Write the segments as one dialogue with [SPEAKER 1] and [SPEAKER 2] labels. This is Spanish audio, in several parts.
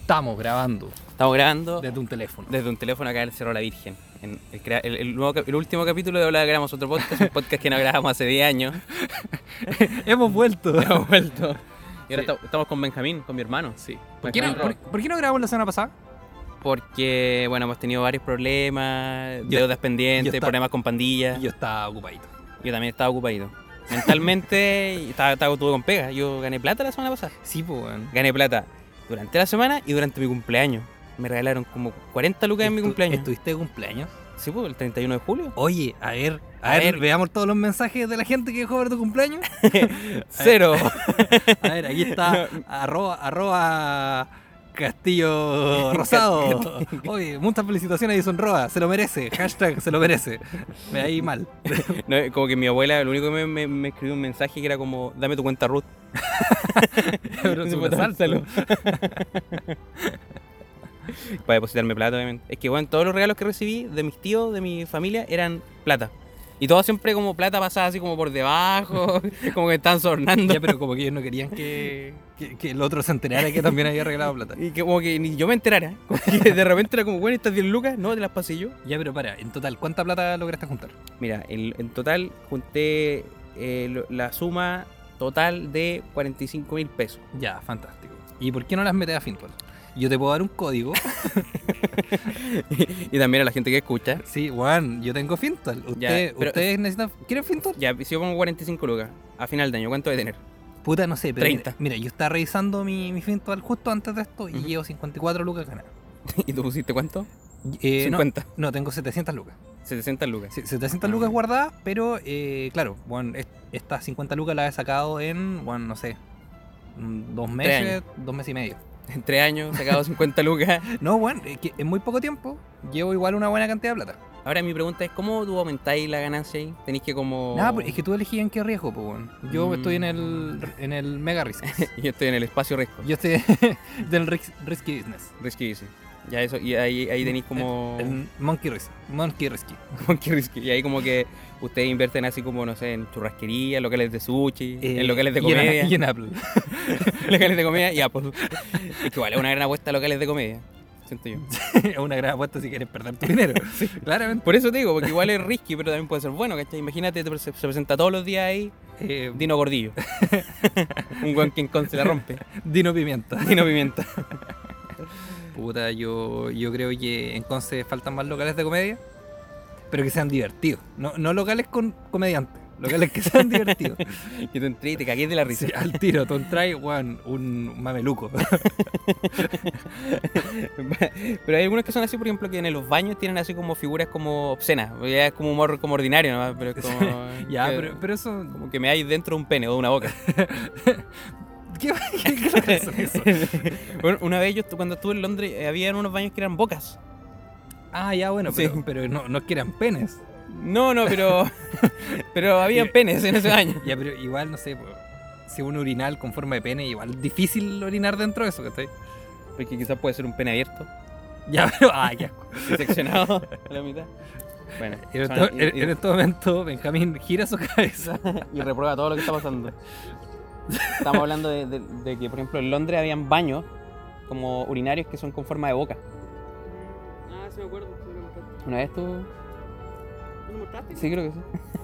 [SPEAKER 1] Estamos grabando
[SPEAKER 2] Estamos grabando
[SPEAKER 1] desde un teléfono.
[SPEAKER 2] desde un teléfono acá en el Cerro La Virgen. En el, crea- el- el nuevo cap- el último capítulo de Hola Grabamos Otro Podcast, un podcast que no grabamos hace 10 años.
[SPEAKER 1] Hemos vuelto.
[SPEAKER 2] Hemos vuelto. Y ahora
[SPEAKER 1] Sí.
[SPEAKER 2] esta- estamos con Benjamín, con mi hermano.
[SPEAKER 1] Sí. ¿Por qué, no, por-
[SPEAKER 2] Benjamín.
[SPEAKER 1] por qué no grabamos la semana pasada?
[SPEAKER 2] Porque, bueno, hemos tenido varios problemas,
[SPEAKER 1] Yo-
[SPEAKER 2] deudas pendientes,
[SPEAKER 1] yo esta-
[SPEAKER 2] problemas con pandillas. Yo,
[SPEAKER 1] Yo estaba ocupadito.
[SPEAKER 2] también estaba ocupado. Mentalmente, y estaba, estaba todo con pega. Yo gané plata la semana pasada.
[SPEAKER 1] Sí, pues, weón.
[SPEAKER 2] Gané plata durante la semana y durante mi cumpleaños. Me regalaron como 40 lucas en mi
[SPEAKER 1] Estu-
[SPEAKER 2] cumpleaños.
[SPEAKER 1] ¿Estuviste de cumpleaños?
[SPEAKER 2] Sí, pues, el 31 de julio.
[SPEAKER 1] Oye, a ver, a,
[SPEAKER 2] A
[SPEAKER 1] ver,
[SPEAKER 2] ver.
[SPEAKER 1] veamos todos los mensajes de la gente que dejó ver tu cumpleaños. Eh.
[SPEAKER 2] Cero.
[SPEAKER 1] A ver, aquí está arroba, arroba Castillo Rosado. Oye, muchas felicitaciones a Edison Roa, se lo merece. Hashtag se lo merece. Me ahí mal.
[SPEAKER 2] No, eh, como que mi abuela, lo único que me, me- me escribió un mensaje que era como, dame tu cuenta Ruth.
[SPEAKER 1] Pero
[SPEAKER 2] Sí,
[SPEAKER 1] súper
[SPEAKER 2] pues,
[SPEAKER 1] falso.
[SPEAKER 2] sáltalo. Para depositarme plata, obviamente. Es que, bueno, todos los regalos que recibí de mis tíos, de mi familia, eran plata. Y todo siempre como plata pasada así como por debajo, como que estaban sornando.
[SPEAKER 1] Ya, pero como que ellos no querían que, que- que el otro se enterara que también había regalado plata.
[SPEAKER 2] Y que como que ni yo me enterara. Como que de repente era como, bueno, estas 10 lucas, no, te las pasé yo.
[SPEAKER 1] Ya, pero para, en total, ¿cuánta plata lograste juntar?
[SPEAKER 2] Mira, en, en total junté eh, lo- la suma total de 45 mil pesos.
[SPEAKER 1] Ya, fantástico. ¿Y por qué no las metes a Finpol? Yo te puedo dar un código.
[SPEAKER 2] y también a la gente que escucha.
[SPEAKER 1] Sí, Juan, yo tengo Finpol.
[SPEAKER 2] Ya,
[SPEAKER 1] Usted-
[SPEAKER 2] pero-
[SPEAKER 1] Ustedes necesitan... ¿Quieren Finpol?
[SPEAKER 2] Ya, si yo pongo 45 lucas, a final de año, ¿cuánto voy a tener?
[SPEAKER 1] Puta, no sé, pero
[SPEAKER 2] 30.
[SPEAKER 1] Mira, mira, yo estaba revisando mi, mi Finpol justo antes de esto y
[SPEAKER 2] Ujú.
[SPEAKER 1] llevo 54 lucas ganadas.
[SPEAKER 2] ¿Y tú pusiste cuánto?
[SPEAKER 1] Eh, no,
[SPEAKER 2] 50.
[SPEAKER 1] no, tengo 700 lucas.
[SPEAKER 2] 60 lucas.
[SPEAKER 1] Sí,
[SPEAKER 2] Ah.
[SPEAKER 1] 700 lucas guardadas, pero eh, claro, bueno, est- estas 50 lucas las he sacado en, bueno, no sé, mm, dos
[SPEAKER 2] Tres
[SPEAKER 1] meses, dos meses y medio.
[SPEAKER 2] En tres años sacado 50 lucas.
[SPEAKER 1] No, bueno, es que en muy poco tiempo llevo igual una buena cantidad de plata.
[SPEAKER 2] Ahora mi pregunta es, ¿cómo tú aumentáis la ganancia ahí? ¿Tenéis que como...?
[SPEAKER 1] Nada, pero pues, es que tú elegís en qué riesgo, pues, bueno. Yo
[SPEAKER 2] Mm.
[SPEAKER 1] estoy en el, en el mega risk.
[SPEAKER 2] Yo estoy en el espacio riesgo.
[SPEAKER 1] Yo estoy del risk, risky business.
[SPEAKER 2] Risky Business. Ya eso, y ahí, ahí tenéis como...
[SPEAKER 1] El monkey risk. Monkey risky.
[SPEAKER 2] como que risky. Y ahí como que ustedes invierten así como, no sé, en churrasquerías, locales de sushi, en locales de
[SPEAKER 1] Eh, y en-
[SPEAKER 2] comedia.
[SPEAKER 1] Y en Apple.
[SPEAKER 2] locales de comedia, ya, pues... Es que vale una gran apuesta a locales de comedia, siento yo.
[SPEAKER 1] Es una gran apuesta si quieres perder tu dinero. Claramente.
[SPEAKER 2] Por eso te digo, porque igual es risky, pero también puede ser bueno, ¿cachai? Imagínate, te pre- se presenta todos los días ahí
[SPEAKER 1] Eh,
[SPEAKER 2] Dino Gordillo. Un weón que en con se la rompe.
[SPEAKER 1] Dino Pimienta.
[SPEAKER 2] Dino Pimienta.
[SPEAKER 1] Puta, yo, yo creo que en Conce faltan más locales de comedia, pero que sean divertidos. No, no locales con comediantes, locales que sean divertidos.
[SPEAKER 2] Y tú entré y te cagué de la risa.
[SPEAKER 1] Sí, al tiro, tú entras, y, weón, un mameluco.
[SPEAKER 2] Pero hay algunos que son así, por ejemplo, que en los baños tienen así como figuras como obscenas. Ya es como humor como ordinario nomás, pero es como.
[SPEAKER 1] ya,
[SPEAKER 2] que-
[SPEAKER 1] pero, pero eso.
[SPEAKER 2] Como que me hay dentro de un pene o de una boca.
[SPEAKER 1] ¿Qué, qué, qué locales son eso?
[SPEAKER 2] Bueno, una vez yo estu- cuando estuve en Londres, eh, había unos baños que eran bocas.
[SPEAKER 1] Ah, ya, bueno,
[SPEAKER 2] Sí.
[SPEAKER 1] pero, pero no, no es que eran penes.
[SPEAKER 2] No, no, pero. pero había penes en ese baño.
[SPEAKER 1] Ya, pero igual, no sé, pues, si un urinal con forma de pene, igual difícil orinar dentro de eso, ¿cachai?
[SPEAKER 2] Porque quizás puede ser un pene abierto.
[SPEAKER 1] Ya, pero, ah, ya.
[SPEAKER 2] seccionado a la mitad. Bueno,
[SPEAKER 1] En,
[SPEAKER 2] son-
[SPEAKER 1] esto-
[SPEAKER 2] y,
[SPEAKER 1] en- en este momento, Benjamín gira su cabeza.
[SPEAKER 2] y- y reprueba todo lo que está pasando. Estamos hablando de, de- de que, por ejemplo, en Londres habían baños como urinarios que son con forma de boca.
[SPEAKER 3] Ah, sí me acuerdo, sí me contaste.
[SPEAKER 2] ¿Una vez tú?
[SPEAKER 3] ¿No me mostraste?
[SPEAKER 2] Sí, creo que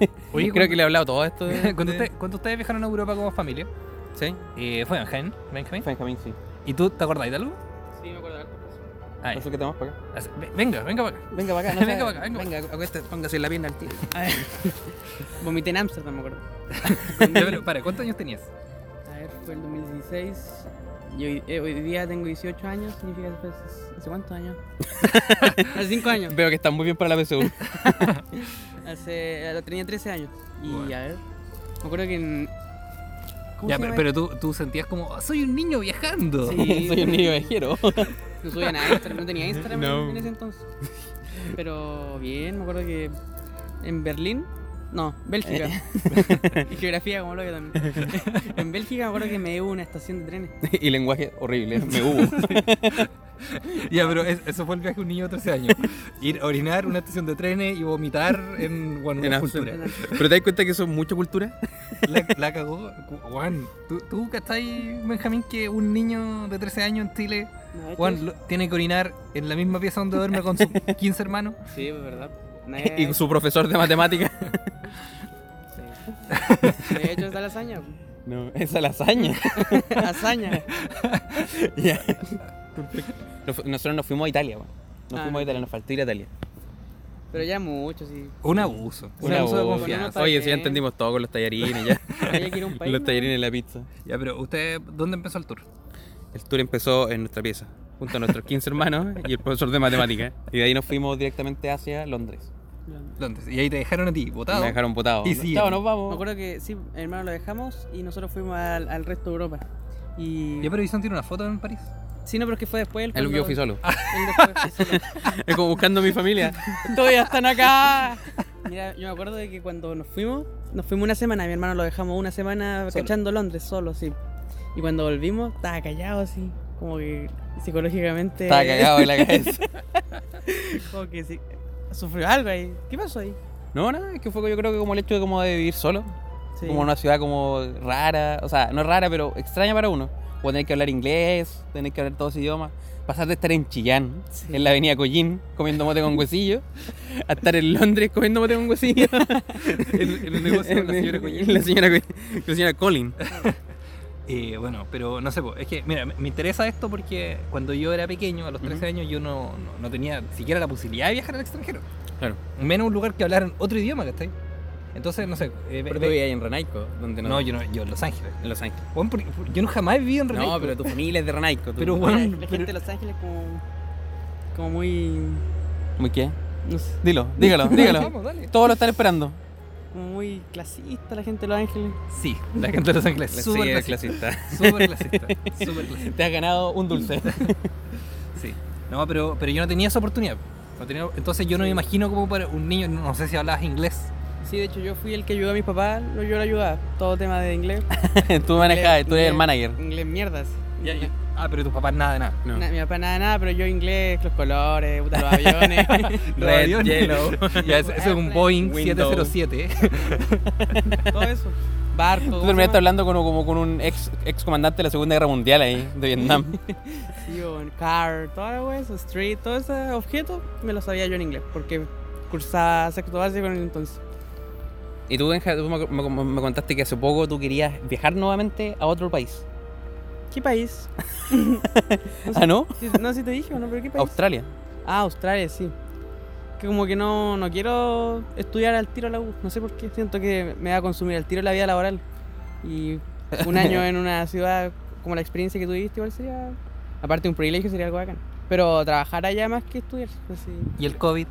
[SPEAKER 2] sí.
[SPEAKER 1] Oye,
[SPEAKER 2] creo que le he hablado todo esto. de-
[SPEAKER 1] cuando,
[SPEAKER 2] de-
[SPEAKER 1] usted- cuando ustedes viajaron a Europa como familia,
[SPEAKER 2] Sí,
[SPEAKER 1] eh, fue Benjamín, Benjamín.
[SPEAKER 2] Benjamín, sí.
[SPEAKER 1] ¿Y tú te acordás de algo?
[SPEAKER 3] Sí, me acuerdo de hartas cosas.
[SPEAKER 1] Ah, ya.
[SPEAKER 2] Eso que tenemos para acá.
[SPEAKER 1] Así- ve- venga, venga para acá.
[SPEAKER 2] Venga para
[SPEAKER 1] no sea- Venga pa' acá, venga pa'
[SPEAKER 2] acuéste, póngase la pierna al tío.
[SPEAKER 3] Vomité en Amsterdam, me acuerdo.
[SPEAKER 1] Ya, pero, para, ¿cuántos años tenías?
[SPEAKER 3] A ver, fue el 2016. Y hoy, eh, hoy día tengo 18 años, significa que fue hace- ¿Hace cuántos años? hace 5 años.
[SPEAKER 2] Veo que está muy bien para la PSU.
[SPEAKER 3] Hace, eh, tenía 13 años. Y
[SPEAKER 1] Bueno.
[SPEAKER 3] a ver, me acuerdo que en... ¿Cómo
[SPEAKER 1] Ya,
[SPEAKER 3] se
[SPEAKER 1] pero,
[SPEAKER 3] llama
[SPEAKER 1] pero tú, tú sentías como, "Oh, soy un niño viajando.
[SPEAKER 3] Sí.
[SPEAKER 2] Soy un niño viajero.
[SPEAKER 3] No subía nada a Instagram, no tenía Instagram
[SPEAKER 2] No.
[SPEAKER 3] en- en ese entonces. Pero bien, me acuerdo que en Berlín, no, Bélgica. y geografía como loco también. en Bélgica me acuerdo que me dio una estación de trenes.
[SPEAKER 2] y lenguaje horrible. Me hubo.
[SPEAKER 1] Ya, pero es- eso fue el viaje de un niño de 13 años. Ir a orinar en una estación de trenes y vomitar en bueno,
[SPEAKER 2] En
[SPEAKER 1] una
[SPEAKER 2] Amsterdam.
[SPEAKER 1] cultura.
[SPEAKER 2] Pero te das cuenta que eso es mucha cultura.
[SPEAKER 1] La, la cagó. Gu- Juan, ¿tú, tú cachai, Benjamín, que un niño de 13 años en Chile,
[SPEAKER 3] No,
[SPEAKER 1] Juan, lo- tiene que orinar en la misma pieza donde duerme con sus 15 hermanos?
[SPEAKER 3] Sí, es verdad.
[SPEAKER 2] Y con su profesor de matemáticas.
[SPEAKER 3] Sí. De hecho, está lasaña.
[SPEAKER 2] No, esa lasaña.
[SPEAKER 3] Lasaña.
[SPEAKER 2] Ya. Nos fu- Nosotros nos fuimos a Italia, weón. Nos
[SPEAKER 3] Ah,
[SPEAKER 2] fuimos
[SPEAKER 3] no.
[SPEAKER 2] a Italia, nos faltó ir a Italia.
[SPEAKER 3] Pero ya mucho, sí.
[SPEAKER 1] Un abuso. Un
[SPEAKER 2] Una
[SPEAKER 1] abuso de
[SPEAKER 2] boba.
[SPEAKER 1] confianza.
[SPEAKER 3] Bueno,
[SPEAKER 2] Oye,
[SPEAKER 3] no
[SPEAKER 2] sí, ya entendimos todo con los tallarines ya.
[SPEAKER 3] Hay que ir a un país.
[SPEAKER 2] los
[SPEAKER 3] ¿no?
[SPEAKER 2] tallarines en la pizza.
[SPEAKER 1] Ya, pero usted, ¿dónde empezó el tour?
[SPEAKER 2] El tour empezó en nuestra pieza, junto a nuestros 15 hermanos y el profesor de matemáticas. Y de ahí nos fuimos directamente hacia Londres.
[SPEAKER 1] ¿Dónde? Y ahí te dejaron a ti,
[SPEAKER 2] Y
[SPEAKER 1] botado.
[SPEAKER 2] Me dejaron botados.
[SPEAKER 1] Y sí,
[SPEAKER 2] Chao, nos
[SPEAKER 3] Me
[SPEAKER 2] vamos.
[SPEAKER 3] acuerdo que sí, hermano, lo dejamos y nosotros fuimos al, al resto de Europa. Y.
[SPEAKER 1] Ya, pero Bison tiene una foto en París.
[SPEAKER 3] Sí, no, pero es que fue después. Él
[SPEAKER 2] Es lo que yo fui solo.
[SPEAKER 3] después fue solo.
[SPEAKER 2] Es como buscando a mi familia.
[SPEAKER 3] Todavía están acá. Mira, yo me acuerdo de que cuando nos fuimos, nos fuimos una semana, mi hermano lo dejamos una semana
[SPEAKER 1] Solo.
[SPEAKER 3] cachando Londres solo, sí. Y cuando volvimos, estaba callado así, como que psicológicamente.
[SPEAKER 2] Estaba cagado en la cabeza.
[SPEAKER 3] Como que sí, sufrió algo ahí. ¿Qué pasó ahí?
[SPEAKER 2] No, nada, es que fue yo creo que como el hecho de como de vivir solo.
[SPEAKER 1] Este
[SPEAKER 3] Sí.
[SPEAKER 2] Como una ciudad como rara, o sea, no rara, pero extraña para uno. Vos tenés que hablar inglés, tenés que hablar todos los idiomas. Pasar de estar en Chillán,
[SPEAKER 3] Sí.
[SPEAKER 2] en la avenida Collín, comiendo mote con huesillo, a estar en Londres comiendo mote con huesillo.
[SPEAKER 1] El, el negocio con la señora Collín.
[SPEAKER 2] La señora, Collín- la señora Collin.
[SPEAKER 1] Eh, bueno, pero no sé, po, es que, mira, me me interesa esto porque cuando yo era pequeño, a los 13
[SPEAKER 2] Ujú.
[SPEAKER 1] años, yo no, no, no tenía siquiera la posibilidad de viajar al extranjero.
[SPEAKER 2] Claro.
[SPEAKER 1] Menos un lugar que hablaran otro idioma, ¿cachai? Entonces, no sé. eh, ve-
[SPEAKER 2] Pero tú
[SPEAKER 1] ve-
[SPEAKER 2] vivías en Renaico, donde no.
[SPEAKER 1] no, yo no, yo en Los Ángeles.
[SPEAKER 2] En Los Ángeles.
[SPEAKER 1] Weón, por- por- yo no jamás he vivido en Renaico.
[SPEAKER 2] No, pero tu familia es de Renaico. tú-
[SPEAKER 1] Pero,
[SPEAKER 3] Mira,
[SPEAKER 1] weón,
[SPEAKER 3] la
[SPEAKER 1] pero-
[SPEAKER 3] gente de Los Ángeles como. como muy.
[SPEAKER 2] ¿Muy qué?
[SPEAKER 3] no sé,
[SPEAKER 2] Dilo, dígalo, dígalo.
[SPEAKER 1] Vamos, dale.
[SPEAKER 2] Todos lo están esperando.
[SPEAKER 3] como muy clasista la gente de Los Ángeles.
[SPEAKER 1] Sí, la gente de Los Ángeles es súper
[SPEAKER 2] Súper
[SPEAKER 1] clasista.
[SPEAKER 2] clasista.
[SPEAKER 1] Súper clasista. Súper clasista.
[SPEAKER 2] Te has ganado un dulce.
[SPEAKER 1] Sí. No, pero, pero yo no tenía esa oportunidad. No tenía- entonces yo no me
[SPEAKER 3] Sí.
[SPEAKER 1] imagino como para un niño, no no sé si hablabas inglés.
[SPEAKER 3] Sí, de hecho yo fui el que ayudó a mis papás, lo- yo lo ayudaba, todo tema de inglés.
[SPEAKER 2] tú manejas, tú eres
[SPEAKER 3] Inglés-
[SPEAKER 2] el manager.
[SPEAKER 3] Inglés mierdas. Inglés-
[SPEAKER 1] Ah, pero tus papás nada de nada.
[SPEAKER 2] No.
[SPEAKER 3] Na- mi papá nada, nada, pero yo inglés, los colores, puta, los aviones.
[SPEAKER 1] Los
[SPEAKER 2] Red,
[SPEAKER 1] aviones.
[SPEAKER 2] yellow.
[SPEAKER 1] Ya, ese ese es un Boeing
[SPEAKER 2] Window.
[SPEAKER 1] 707.
[SPEAKER 3] todo eso. Barco.
[SPEAKER 2] Tú
[SPEAKER 3] ¿cómo se
[SPEAKER 2] terminaste
[SPEAKER 3] llama?
[SPEAKER 2] hablando con, como con un ex, ex comandante de la Segunda Guerra Mundial ahí, de Vietnam.
[SPEAKER 3] Sí, o en car, todo eso, street, todo ese objeto me lo sabía yo en inglés, porque cursaba sexto básico en el entonces.
[SPEAKER 2] y tú, Benja, tú me, me- me contaste que hace poco tú querías viajar nuevamente a otro país.
[SPEAKER 3] ¿Qué país?
[SPEAKER 2] ¿Ah, no?
[SPEAKER 3] Sí, No sé si te dije o no, pero ¿qué país?
[SPEAKER 2] Australia.
[SPEAKER 3] Ah, Australia, sí. Que como que no, no quiero estudiar al tiro a la U, no sé por qué, siento que me va a consumir al tiro la vida laboral. Y un año en una ciudad como la experiencia que tuviste igual sería, aparte un privilegio sería algo bacán. Pero trabajar allá más que estudiar, así.
[SPEAKER 1] ¿Y el COVID?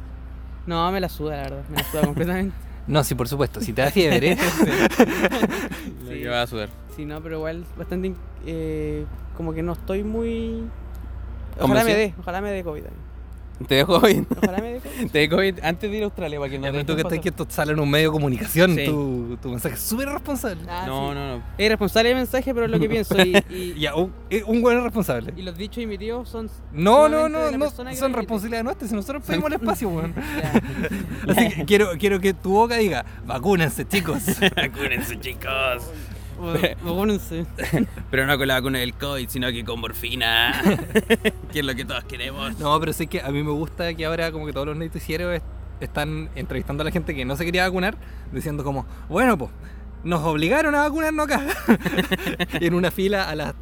[SPEAKER 3] No, me la suda, la verdad, me la suda completamente.
[SPEAKER 1] No, sí, por supuesto. Si te da fiebre,
[SPEAKER 2] Lo
[SPEAKER 3] Sí.
[SPEAKER 2] que vas a sudar.
[SPEAKER 3] Sí, no, pero igual bastante in- eh, como que no estoy muy Ojalá
[SPEAKER 2] ¿Convencido?
[SPEAKER 3] me dé, ojalá me dé COVID. ahí.
[SPEAKER 2] Te dejo COVID.
[SPEAKER 3] Ojalá me dé COVID.
[SPEAKER 2] Te dejo COVID antes de ir a Australia para que no
[SPEAKER 1] Ya,
[SPEAKER 2] te
[SPEAKER 1] pero tú que
[SPEAKER 2] dejes
[SPEAKER 1] estás que
[SPEAKER 2] pasar.
[SPEAKER 1] esto sale en un medio de comunicación,
[SPEAKER 2] Sí.
[SPEAKER 1] tu, tu mensaje es súper responsable.
[SPEAKER 3] Ah,
[SPEAKER 2] No,
[SPEAKER 3] sí.
[SPEAKER 2] no, no.
[SPEAKER 3] Es responsable el mensaje, pero es lo que pienso y, y-
[SPEAKER 1] Ya, un, eh, un buen responsable.
[SPEAKER 3] y los dichos imitativos son
[SPEAKER 1] No, no,
[SPEAKER 3] solamente de
[SPEAKER 1] no,
[SPEAKER 3] la
[SPEAKER 1] no,
[SPEAKER 3] persona que
[SPEAKER 1] son
[SPEAKER 3] lo emite.
[SPEAKER 1] responsabilidades nuestras, si nosotros pedimos el espacio, weón.
[SPEAKER 3] Ya.
[SPEAKER 1] Así que quiero, quiero que tu boca diga, vacúnense, chicos.
[SPEAKER 2] Vacúnense, chicos.
[SPEAKER 3] Bueno, vacúnense.
[SPEAKER 2] Pero no con la vacuna del COVID, sino que con morfina. que es lo que todos queremos.
[SPEAKER 1] No, pero sí que a mí me gusta que ahora como que todos los noticieros est- están entrevistando a la gente que no se quería vacunar, diciendo como, bueno, pues, nos obligaron a vacunarnos acá. en una fila a las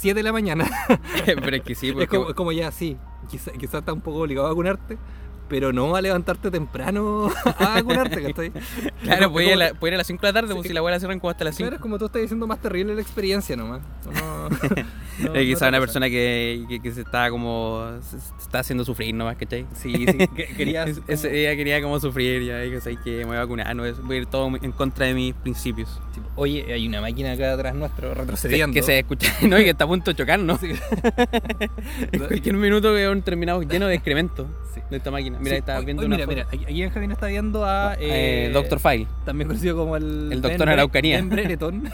[SPEAKER 1] 7 de la mañana.
[SPEAKER 2] Pero es que sí, pues, porque...
[SPEAKER 1] es, como, es como ya, sí, quizás quizá está un poco obligado a vacunarte, pero no a levantarte temprano a vacunarte, ¿cachai?
[SPEAKER 2] Claro, puede ir, a
[SPEAKER 1] como-
[SPEAKER 2] la- puede ir a las 5 de la tarde, pues si la abuela cierran como hasta las 5.
[SPEAKER 1] Claro, es como tú estás diciendo más terrible la experiencia nomás. No, no- no
[SPEAKER 2] Eh, quizá una
[SPEAKER 1] te pasa.
[SPEAKER 2] persona que, que, que se está como. Se, se está haciendo sufrir nomás, ¿cachai?
[SPEAKER 1] Sí, sí, que- querías...
[SPEAKER 2] Es- es-
[SPEAKER 1] como-
[SPEAKER 2] ella quería como sufrir, ya dijo, ¿sabes qué? Me voy a vacunar, no, es- voy a ir todo en contra de mis principios.
[SPEAKER 1] Tipo, Oye, hay una máquina acá atrás nuestro
[SPEAKER 2] Que,
[SPEAKER 1] retrocediendo.
[SPEAKER 2] eh, que se escucha, no, y que está a punto de chocar, ¿no?
[SPEAKER 1] Sí.
[SPEAKER 2] En cualquier minuto veo un terminado lleno de excremento
[SPEAKER 1] Sí.
[SPEAKER 2] de esta máquina. Mira,
[SPEAKER 1] Sí,
[SPEAKER 2] está
[SPEAKER 1] hoy-
[SPEAKER 2] viendo
[SPEAKER 1] hoy
[SPEAKER 2] una.
[SPEAKER 1] Mira,
[SPEAKER 2] foto.
[SPEAKER 1] mira, aquí aquí Benjamín está viendo a.
[SPEAKER 2] Eh, Doctor File.
[SPEAKER 1] También conocido como el.
[SPEAKER 2] El doctor
[SPEAKER 1] Ben Bre-
[SPEAKER 2] Araucanía.
[SPEAKER 1] Ben Brereton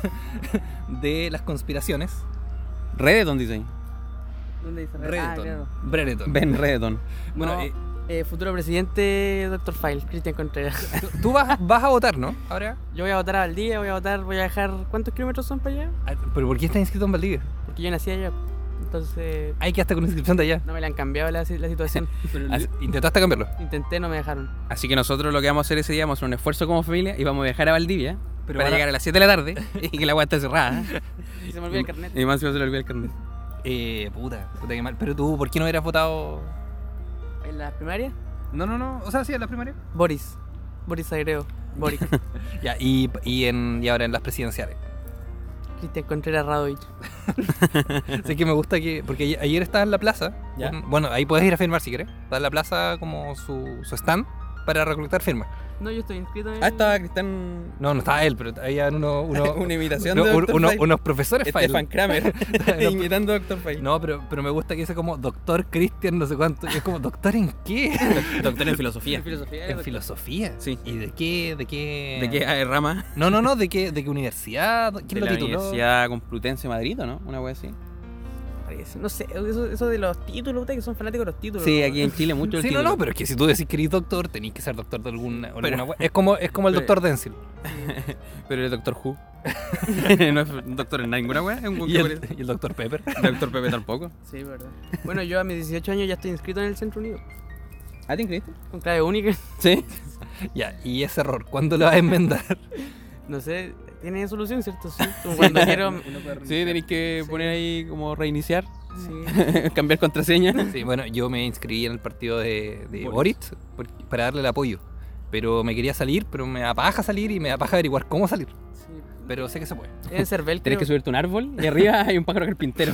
[SPEAKER 1] de las conspiraciones.
[SPEAKER 2] Redeton dice. ahí.
[SPEAKER 3] ¿Dónde dice? Ah,
[SPEAKER 1] Brereton.
[SPEAKER 3] claro.
[SPEAKER 1] Brereton.
[SPEAKER 2] Ben Redon.
[SPEAKER 1] Bueno,
[SPEAKER 3] No.
[SPEAKER 1] eh,
[SPEAKER 3] Eh, futuro presidente, Dr. File, Cristian Contreras.
[SPEAKER 1] tú, tú vas, vas a votar, ¿no? Ahora.
[SPEAKER 3] Yo voy a votar a Valdivia, voy a votar, voy a dejar. ¿Cuántos kilómetros son para allá?
[SPEAKER 1] Ah, ¿Pero por qué estás inscrito en Valdivia?
[SPEAKER 3] Porque yo nací allá. Entonces,
[SPEAKER 1] Hay que hasta con inscripción de allá.
[SPEAKER 3] no me la han cambiado la, si- la situación.
[SPEAKER 1] Así- Intentaste cambiarlo.
[SPEAKER 3] Intenté, no me dejaron.
[SPEAKER 2] Así que nosotros lo que vamos a hacer ese día, vamos a hacer un esfuerzo como familia y vamos a viajar a Valdivia
[SPEAKER 1] Pero
[SPEAKER 2] para
[SPEAKER 1] ahora-
[SPEAKER 2] llegar a las 7 de la tarde
[SPEAKER 1] Eh,
[SPEAKER 2] y que la agua está cerrada.
[SPEAKER 3] Y se me olvidó el carnet.
[SPEAKER 2] Y más si no se le olvida el carnet.
[SPEAKER 1] Eh, puta, puta que mal. Pero tú, ¿por qué no hubieras votado?
[SPEAKER 3] ¿En la primaria?
[SPEAKER 1] No, no, no. O sea, sí, en las primarias.
[SPEAKER 3] Boris. Boris Agreo. Boris.
[SPEAKER 1] Ya, y, y, en, y ahora en las presidenciales.
[SPEAKER 3] Cristian Contreras Radovich.
[SPEAKER 1] Así que me gusta que. Porque ayer- ayer estaba en la plaza.
[SPEAKER 2] Ya.
[SPEAKER 1] un- Bueno, ahí puedes ir a firmar si quieres. Está en la plaza como su, su stand para reclutar firmas.
[SPEAKER 3] No, yo estoy inscrito en.
[SPEAKER 2] Ah, estaba Cristán.
[SPEAKER 1] No, no estaba él, pero había uno, uno-
[SPEAKER 2] Una imitación
[SPEAKER 1] uno-
[SPEAKER 2] de Este
[SPEAKER 1] un-
[SPEAKER 2] Dr.
[SPEAKER 1] uno-
[SPEAKER 2] File.
[SPEAKER 1] unos profesores fail.
[SPEAKER 2] Stefan Kramer
[SPEAKER 1] No,
[SPEAKER 2] imitando a Dr. File.
[SPEAKER 1] No, pero, pero me gusta que dice como doctor Christian, no sé cuánto. Y es como, ¿doctor en qué?
[SPEAKER 2] Doctor en filosofía.
[SPEAKER 3] filosofía.
[SPEAKER 1] en filosofía.
[SPEAKER 2] Sí.
[SPEAKER 1] ¿Y de qué? ¿De qué?
[SPEAKER 2] ¿De qué eh, rama?
[SPEAKER 1] No, no, no, ¿de qué, de qué universidad?
[SPEAKER 2] De
[SPEAKER 1] ¿Quién
[SPEAKER 2] la
[SPEAKER 1] lo tituló?
[SPEAKER 2] Universidad Complutense de Madrid, ¿o no? Una wea así.
[SPEAKER 3] Parece. No sé, eso, eso de los títulos, puta, que son fanáticos de los títulos.
[SPEAKER 2] Sí,
[SPEAKER 3] ¿no?
[SPEAKER 2] aquí en Chile mucho el
[SPEAKER 1] Sí, no,
[SPEAKER 2] título.
[SPEAKER 1] no, pero es que si tú decís que eres doctor, tenés que ser doctor de alguna.
[SPEAKER 2] Pero-
[SPEAKER 1] alguna wea. es, como, es como el
[SPEAKER 2] pero-
[SPEAKER 1] doctor Denzil.
[SPEAKER 2] Pero el Doctor Who. no es doctor en ninguna wea, es un
[SPEAKER 1] Y
[SPEAKER 2] weón que
[SPEAKER 1] el, y el doctor Pepper.
[SPEAKER 2] parece- Doctor Pepe tampoco.
[SPEAKER 3] Sí, verdad. Bueno, yo a mis 18 años ya estoy inscrito en el Centro Unido.
[SPEAKER 2] ¿Ah, te inscribiste?
[SPEAKER 3] Con clave única.
[SPEAKER 2] Sí.
[SPEAKER 1] Ya, y ese error, ¿cuándo lo vas a enmendar?
[SPEAKER 3] No sé, tiene solución, ¿cierto? Sí. Como cuando quiero.
[SPEAKER 2] Sí, tenéis que
[SPEAKER 3] Sí.
[SPEAKER 2] poner ahí como reiniciar,
[SPEAKER 3] Sí.
[SPEAKER 2] cambiar contraseña.
[SPEAKER 1] Sí, bueno, yo me inscribí en el partido de, de
[SPEAKER 2] Boric.
[SPEAKER 1] Boric por- para darle el apoyo. Pero me quería salir, pero me apaja salir y me apaja averiguar cómo salir.
[SPEAKER 3] sí.
[SPEAKER 1] Pero sé que se puede.
[SPEAKER 3] Debe ser Bell,
[SPEAKER 2] Tenés que
[SPEAKER 3] creo.
[SPEAKER 2] subirte a un árbol y arriba hay un pájaro carpintero.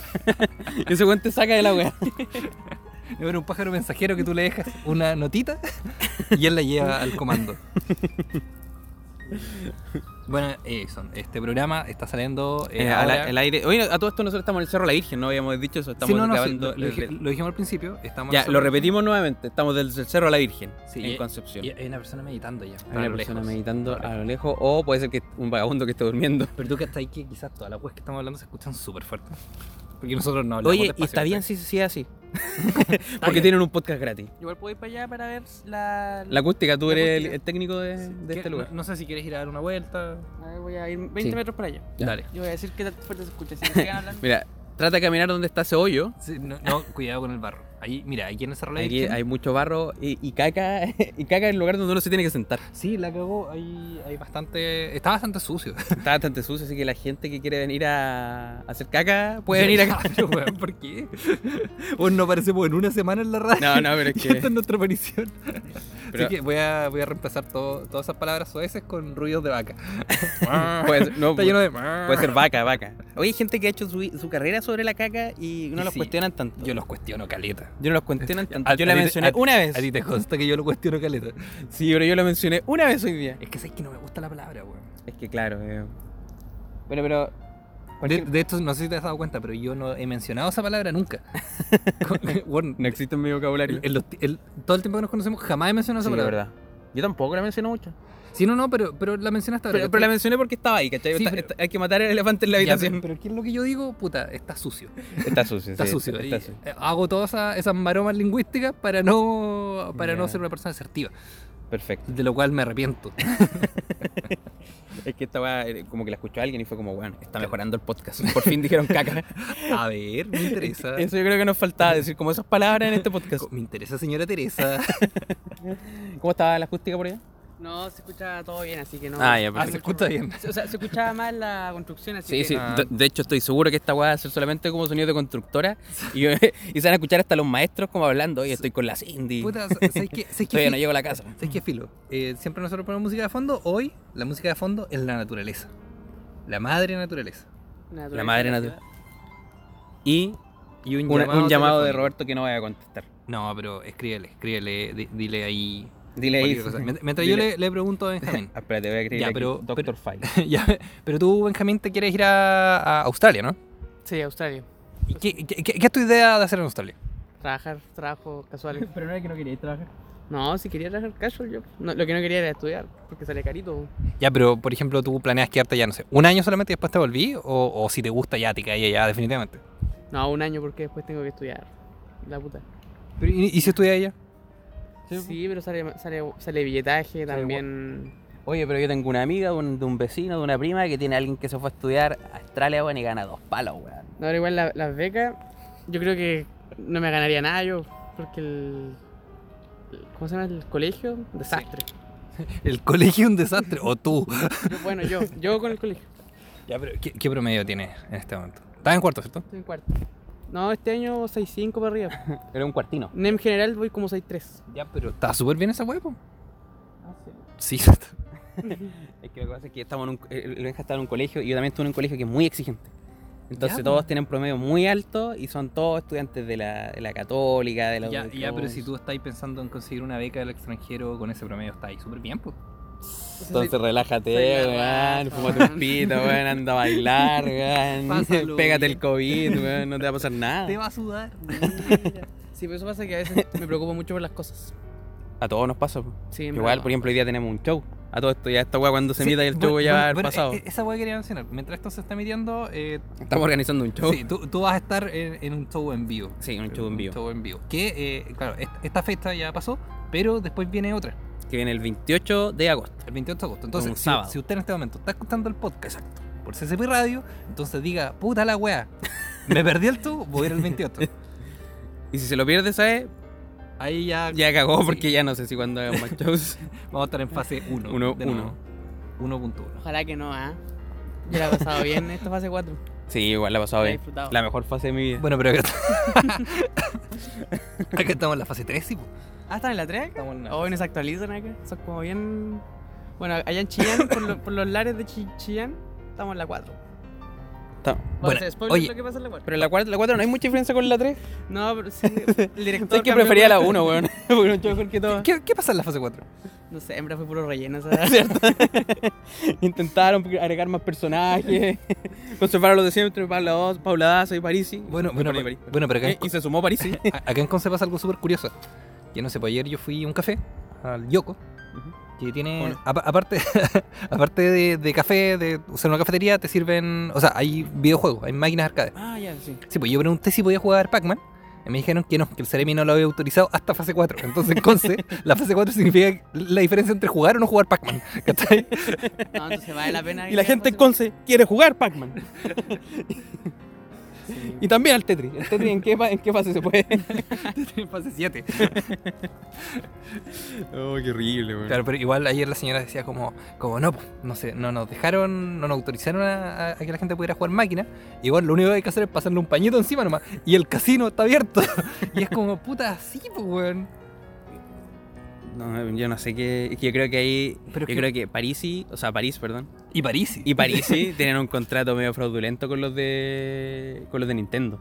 [SPEAKER 2] y ese weón te saca de la wea.
[SPEAKER 1] Era un pájaro mensajero que tú le dejas una notita y él la lleva al comando. Bueno, Edison, este programa está saliendo eh,
[SPEAKER 2] Eh, al,
[SPEAKER 1] ahora-
[SPEAKER 2] al aire. Oye, a todo esto nosotros estamos en el Cerro La Virgen, no habíamos dicho eso. Estamos
[SPEAKER 1] Sí, no, no, sí,
[SPEAKER 2] grabando.
[SPEAKER 1] lo, lo dije- lo dijimos al principio. Estamos
[SPEAKER 2] ya,
[SPEAKER 1] nosotros-
[SPEAKER 2] lo repetimos nuevamente. Estamos del Cerro La Virgen,
[SPEAKER 1] Sí,
[SPEAKER 2] en
[SPEAKER 1] y-
[SPEAKER 2] Concepción.
[SPEAKER 1] Y hay una persona meditando ya.
[SPEAKER 2] Hay una persona meditando
[SPEAKER 1] Ahora.
[SPEAKER 2] a lo lejos, o puede ser que un vagabundo que esté durmiendo.
[SPEAKER 1] Pero tú que estás ahí, que quizás todas las weas que estamos hablando se escuchan súper fuerte. Porque nosotros no hablamos.
[SPEAKER 2] Oye, y
[SPEAKER 1] despacio,
[SPEAKER 2] está bien
[SPEAKER 1] ¿cachai?
[SPEAKER 2] si si es así.
[SPEAKER 1] Está
[SPEAKER 2] Porque
[SPEAKER 1] bien.
[SPEAKER 2] tienen un podcast gratis.
[SPEAKER 3] Igual puedo ir para allá para ver la.
[SPEAKER 2] La acústica, tú
[SPEAKER 3] La
[SPEAKER 2] eres el,
[SPEAKER 3] acústica.
[SPEAKER 2] el técnico de, de
[SPEAKER 1] ¿Qué-
[SPEAKER 2] este lugar.
[SPEAKER 1] No, no sé si quieres ir a dar una vuelta.
[SPEAKER 3] A ver, voy a ir 20
[SPEAKER 2] Sí.
[SPEAKER 3] metros para allá.
[SPEAKER 2] Ya.
[SPEAKER 1] Dale.
[SPEAKER 3] Yo voy a decir qué tan fuerte se escucha. Si me siguen hablando.
[SPEAKER 2] Mira, trata de caminar donde está ese hoyo.
[SPEAKER 1] Sí, no, no, cuidado con el barro. Ahí, mira, aquí en el Cerro de la
[SPEAKER 2] Aquí
[SPEAKER 1] Virgen-
[SPEAKER 2] hay mucho barro y, y caca. Y caca es el lugar donde uno se tiene que sentar.
[SPEAKER 1] Sí, la cagó. Hay, hay bastante. Está bastante sucio.
[SPEAKER 2] Está bastante sucio, así que la gente que quiere venir a hacer caca puede venir acá.
[SPEAKER 1] Pero, weón, ¿Por qué? Vos no aparecemos en una semana en la radio.
[SPEAKER 2] No, no, pero es
[SPEAKER 1] Y
[SPEAKER 2] que.
[SPEAKER 1] Esta es nuestra aparición.
[SPEAKER 2] Pero-
[SPEAKER 1] Así que voy a, voy a reemplazar todo- todas esas palabras soeces con ruidos de vaca.
[SPEAKER 2] Puede ser, no,
[SPEAKER 1] Está lleno de.
[SPEAKER 2] puede ser vaca, vaca. Oye, hay gente que ha hecho su, su carrera sobre la caca y no
[SPEAKER 1] Y
[SPEAKER 2] los
[SPEAKER 1] sí.
[SPEAKER 2] cuestionan tanto.
[SPEAKER 1] Yo los cuestiono caleta.
[SPEAKER 2] Yo no los cuestionan tanto.
[SPEAKER 1] A-
[SPEAKER 2] Yo
[SPEAKER 1] a
[SPEAKER 2] la
[SPEAKER 1] ti te-
[SPEAKER 2] mencioné
[SPEAKER 1] a-
[SPEAKER 2] una
[SPEAKER 1] A
[SPEAKER 2] vez.
[SPEAKER 1] ti te consta que yo lo cuestiono caleta.
[SPEAKER 2] Sí, pero yo la mencioné una vez hoy día.
[SPEAKER 1] Es que sabes que no me gusta la palabra, weón.
[SPEAKER 2] Es que claro, eh. Bueno, pero.
[SPEAKER 1] De,
[SPEAKER 2] cualquier-
[SPEAKER 1] de esto, no sé si te has dado cuenta, pero yo no he mencionado esa palabra nunca. Con- eh, weón,
[SPEAKER 2] No existe en mi vocabulario.
[SPEAKER 1] el- el- el- todo el tiempo que nos conocemos jamás he mencionado
[SPEAKER 2] Sí,
[SPEAKER 1] esa
[SPEAKER 2] es
[SPEAKER 1] palabra.
[SPEAKER 2] verdad. Yo tampoco la menciono mucho.
[SPEAKER 1] Sí, no, no, pero, pero la mencionaste ahora.
[SPEAKER 2] Pero,
[SPEAKER 1] ¿cachai?
[SPEAKER 2] pero la mencioné porque estaba ahí, ¿cachai?
[SPEAKER 1] Sí,
[SPEAKER 2] Está-
[SPEAKER 1] pero-
[SPEAKER 2] está- hay que matar al elefante en la
[SPEAKER 1] Ya,
[SPEAKER 2] habitación.
[SPEAKER 1] pero, pero ¿qué es lo que yo digo? Puta, está sucio.
[SPEAKER 2] Está sucio,
[SPEAKER 1] Está
[SPEAKER 2] sí,
[SPEAKER 1] sucio.
[SPEAKER 2] Está
[SPEAKER 1] Y,
[SPEAKER 2] sucio.
[SPEAKER 1] eh, hago todas esa- esas maromas lingüísticas para no para no
[SPEAKER 2] Ya.
[SPEAKER 1] ser una persona asertiva,
[SPEAKER 2] Perfecto.
[SPEAKER 1] de lo cual me arrepiento.
[SPEAKER 2] Es que esta weá, eh, como que la escuchó alguien y fue como, bueno, está mejorando el podcast. Por fin dijeron caca.
[SPEAKER 1] A ver, me interesa.
[SPEAKER 2] Eso yo creo que nos faltaba decir como esas palabras en este podcast.
[SPEAKER 1] Me interesa, señora Teresa.
[SPEAKER 2] ¿Cómo estaba la acústica por allá?
[SPEAKER 3] No, se escucha todo bien, así que no.
[SPEAKER 2] Ah, ya,
[SPEAKER 1] Ah, se escucha bien.
[SPEAKER 3] O sea, se escuchaba más la construcción, así
[SPEAKER 2] Sí,
[SPEAKER 3] que.
[SPEAKER 2] sí.
[SPEAKER 1] Ah.
[SPEAKER 2] De, de hecho, estoy seguro que esta weá va a ser solamente como sonido de constructora. Y, y se van a escuchar hasta los maestros como hablando. Oye, estoy con la Cindy.
[SPEAKER 1] Puta, ¿sabes qué? ¿Sabes qué?
[SPEAKER 2] Todavía
[SPEAKER 1] fi-
[SPEAKER 2] no llego a la casa.
[SPEAKER 1] ¿Sabes qué filo? Eh, siempre nosotros ponemos música de fondo. Hoy, la música de fondo es la naturaleza. La madre naturaleza.
[SPEAKER 3] naturaleza
[SPEAKER 2] La madre
[SPEAKER 3] de
[SPEAKER 2] natu-
[SPEAKER 3] ciudad.
[SPEAKER 2] Y
[SPEAKER 1] Y
[SPEAKER 2] un un llamado, de
[SPEAKER 1] telefónico.
[SPEAKER 2] Roberto que no vaya a contestar.
[SPEAKER 1] No, pero escríbele, escríbele, di- dile ahí.
[SPEAKER 2] Dile ahí.
[SPEAKER 1] cualquier cosa. Mient- Mientras yo
[SPEAKER 2] Dile-
[SPEAKER 1] le, le pregunto a Benjamín.
[SPEAKER 2] Ah, Espérate, voy a escribir
[SPEAKER 1] Ya,
[SPEAKER 2] aquí,
[SPEAKER 1] pero-
[SPEAKER 2] Dr.
[SPEAKER 1] pero-
[SPEAKER 2] File.
[SPEAKER 1] Ya, pero tú, Benjamín, te quieres ir a, a Australia, ¿no?
[SPEAKER 3] Sí, Australia.
[SPEAKER 1] ¿Y ¿Qué, qué- qué- qué es tu idea de hacer en Australia?
[SPEAKER 3] Trabajar, trabajo casual.
[SPEAKER 2] Pero no es que no quería trabajar.
[SPEAKER 3] No, si quería trabajar casual, yo. no, lo que no quería era estudiar, porque sale carito.
[SPEAKER 1] Ya, pero por ejemplo, tú planeas quedarte ya, no sé, un año solamente y después te volví, o, o si te gusta ya, te caí allá definitivamente.
[SPEAKER 3] No, un año porque después tengo que estudiar. La puta.
[SPEAKER 1] Pero, ¿y, y si estudia ella?
[SPEAKER 3] Sí, pero sale, sale, sale billetaje también.
[SPEAKER 2] Oye, pero yo tengo una amiga un- de un vecino, de una prima, que tiene a alguien que se fue a estudiar a Australia, weón, y gana dos palos, weón.
[SPEAKER 3] No, pero igual la- las becas, yo creo que no me ganaría nada yo, porque el. el- ¿Cómo se llama? El colegio, un desastre.
[SPEAKER 1] El colegio es un desastre. O tú.
[SPEAKER 3] Yo- bueno, yo, yo con el colegio,
[SPEAKER 1] Ya, pero ¿qué, qué promedio tienes en este momento? Estás en cuarto, ¿cierto?
[SPEAKER 3] estoy en cuarto. No, este año 6.5 para arriba.
[SPEAKER 2] Era un cuartino.
[SPEAKER 3] En general voy como 6.3.
[SPEAKER 1] Ya, pero está súper bien esa huevo.
[SPEAKER 3] Ah,
[SPEAKER 1] Sí.
[SPEAKER 2] Es que lo que pasa es que estamos en un, eh, el el Benja estaba en un colegio y yo también estuve en un colegio que es muy exigente. Entonces
[SPEAKER 1] Ya,
[SPEAKER 2] todos
[SPEAKER 1] pues.
[SPEAKER 2] tienen promedio muy alto y son todos estudiantes de la, de la católica, de la
[SPEAKER 1] Ya,
[SPEAKER 2] de
[SPEAKER 1] ya, pero
[SPEAKER 2] Cruz.
[SPEAKER 1] si tú estás pensando en conseguir una beca del extranjero con ese promedio, está ahí súper bien, pues.
[SPEAKER 2] Entonces relájate,
[SPEAKER 3] soy la
[SPEAKER 2] weón,
[SPEAKER 3] raja,
[SPEAKER 2] fuma
[SPEAKER 3] weón.
[SPEAKER 2] tus pitos, weón, anda a bailar,
[SPEAKER 1] Pásalo,
[SPEAKER 2] weón, pégate el
[SPEAKER 1] bien.
[SPEAKER 2] COVID, weón, no te va a pasar nada.
[SPEAKER 1] va a sudar.
[SPEAKER 3] Sí, pero eso pasa que a veces me preocupo mucho por las cosas.
[SPEAKER 2] A todos nos pasa. po.
[SPEAKER 3] Sí, en
[SPEAKER 2] Igual,
[SPEAKER 3] verdad.
[SPEAKER 2] por ejemplo, hoy día tenemos un show. A todo esto, ya esta weá cuando se mida y el show ya va a haber pasado.
[SPEAKER 1] e, Esa hueá quería mencionar. Mientras esto se está midiendo, eh,
[SPEAKER 2] Estamos organizando un show.
[SPEAKER 1] sí, tú, tú vas a estar en, en un show en vivo.
[SPEAKER 2] Sí, un show en vivo.
[SPEAKER 1] show en vivo. Que, eh, claro, est- esta fecha ya pasó, pero después viene otra,
[SPEAKER 2] Que viene el 28 de agosto.
[SPEAKER 1] el 28 de agosto.
[SPEAKER 2] Un
[SPEAKER 1] Entonces, si,
[SPEAKER 2] sábado.
[SPEAKER 1] si usted en este momento está escuchando el podcast por CCP Radio, entonces diga, puta la hueá, me perdí el show, voy a ir el 28.
[SPEAKER 2] Y si se lo pierde, ¿sabes?
[SPEAKER 1] Ahí ya,
[SPEAKER 2] Ya cagó porque ya no sé si cuando hagamos más shows.
[SPEAKER 1] vamos a estar en fase 1.
[SPEAKER 2] Uno,
[SPEAKER 1] 1.1. 1.1.
[SPEAKER 3] Ojalá que no, ¿ah? Yo la he pasado bien en esta fase 4.
[SPEAKER 2] Sí, igual la he pasado
[SPEAKER 3] La he
[SPEAKER 2] bien.
[SPEAKER 3] disfrutado.
[SPEAKER 2] La mejor fase de mi vida.
[SPEAKER 1] Bueno, pero acá, acá estamos en la fase 3, sí. po.
[SPEAKER 3] Ah, ¿están en la 3 acá?
[SPEAKER 1] Estamos en la
[SPEAKER 3] Hoy no se actualizan acá. Son como bien. Bueno, allá en Chillán, por, lo- por los lares de Chi- Chillán, estamos en la 4.
[SPEAKER 2] Está-
[SPEAKER 1] Bueno, oye.
[SPEAKER 3] lo que pasa en la 4.
[SPEAKER 2] Pero en la 4, la cuatro no hay mucha diferencia con la 3.
[SPEAKER 3] No, pero sí, el director.
[SPEAKER 2] Sé que
[SPEAKER 3] cambió
[SPEAKER 2] prefería la
[SPEAKER 3] el-
[SPEAKER 2] 1, weón. Porque era un show mejor que todo.
[SPEAKER 1] ¿Qué, qué pasa en la fase 4?
[SPEAKER 3] No sé, en verdad fue puro relleno. o sea,
[SPEAKER 2] Intentaron agregar más personajes. Conservar a los de siempre, Paula, Oz, Paula Daza y Parisi.
[SPEAKER 1] Bueno, bueno,
[SPEAKER 2] Parisi, Parisi.
[SPEAKER 1] bueno, pero acá en
[SPEAKER 2] Eh, Y se sumó Parisi.
[SPEAKER 1] A- Acá en Conce pasa algo súper curioso. Que no sé, pues ayer yo fui a un café, al Yoko, que tiene.
[SPEAKER 2] Bueno.
[SPEAKER 1] apa- aparte aparte de, de café, de, o sea, en una cafetería te sirven. O sea, hay videojuegos, hay máquinas arcade.
[SPEAKER 2] Ah, ya, sí.
[SPEAKER 1] Sí, pues yo pregunté si podía jugar Pac-Man. Y me dijeron que no, que el Ceremi no lo había autorizado hasta fase 4. Entonces, en Conce, la fase 4 significa la diferencia entre jugar o no jugar Pac-Man. ¿Cachai?
[SPEAKER 3] no, entonces vale la pena.
[SPEAKER 2] Y la
[SPEAKER 3] que
[SPEAKER 2] gente en
[SPEAKER 3] pase-
[SPEAKER 2] Conce quiere jugar Pac-Man.
[SPEAKER 3] Sí.
[SPEAKER 2] Y también al Tetris. ¿El Tetris en qué, pa- en qué fase se puede?
[SPEAKER 1] En fase 7.
[SPEAKER 2] Oh, qué horrible, weón.
[SPEAKER 1] Claro, pero igual ayer la señora decía como, como no, po, no sé, no nos dejaron, no nos autorizaron a, a- a que la gente pudiera jugar máquina. Igual lo único que hay que hacer es pasarle un pañito encima nomás. Y el casino está abierto. y es como, puta, sí, pues, weón.
[SPEAKER 2] No, yo no sé qué. es que Yo creo que ahí.
[SPEAKER 1] Pero
[SPEAKER 2] yo
[SPEAKER 1] que-
[SPEAKER 2] creo que Parisi, o sea, París, perdón.
[SPEAKER 1] Y París.
[SPEAKER 2] Y Parisi tienen un contrato medio fraudulento con los de. con los de Nintendo.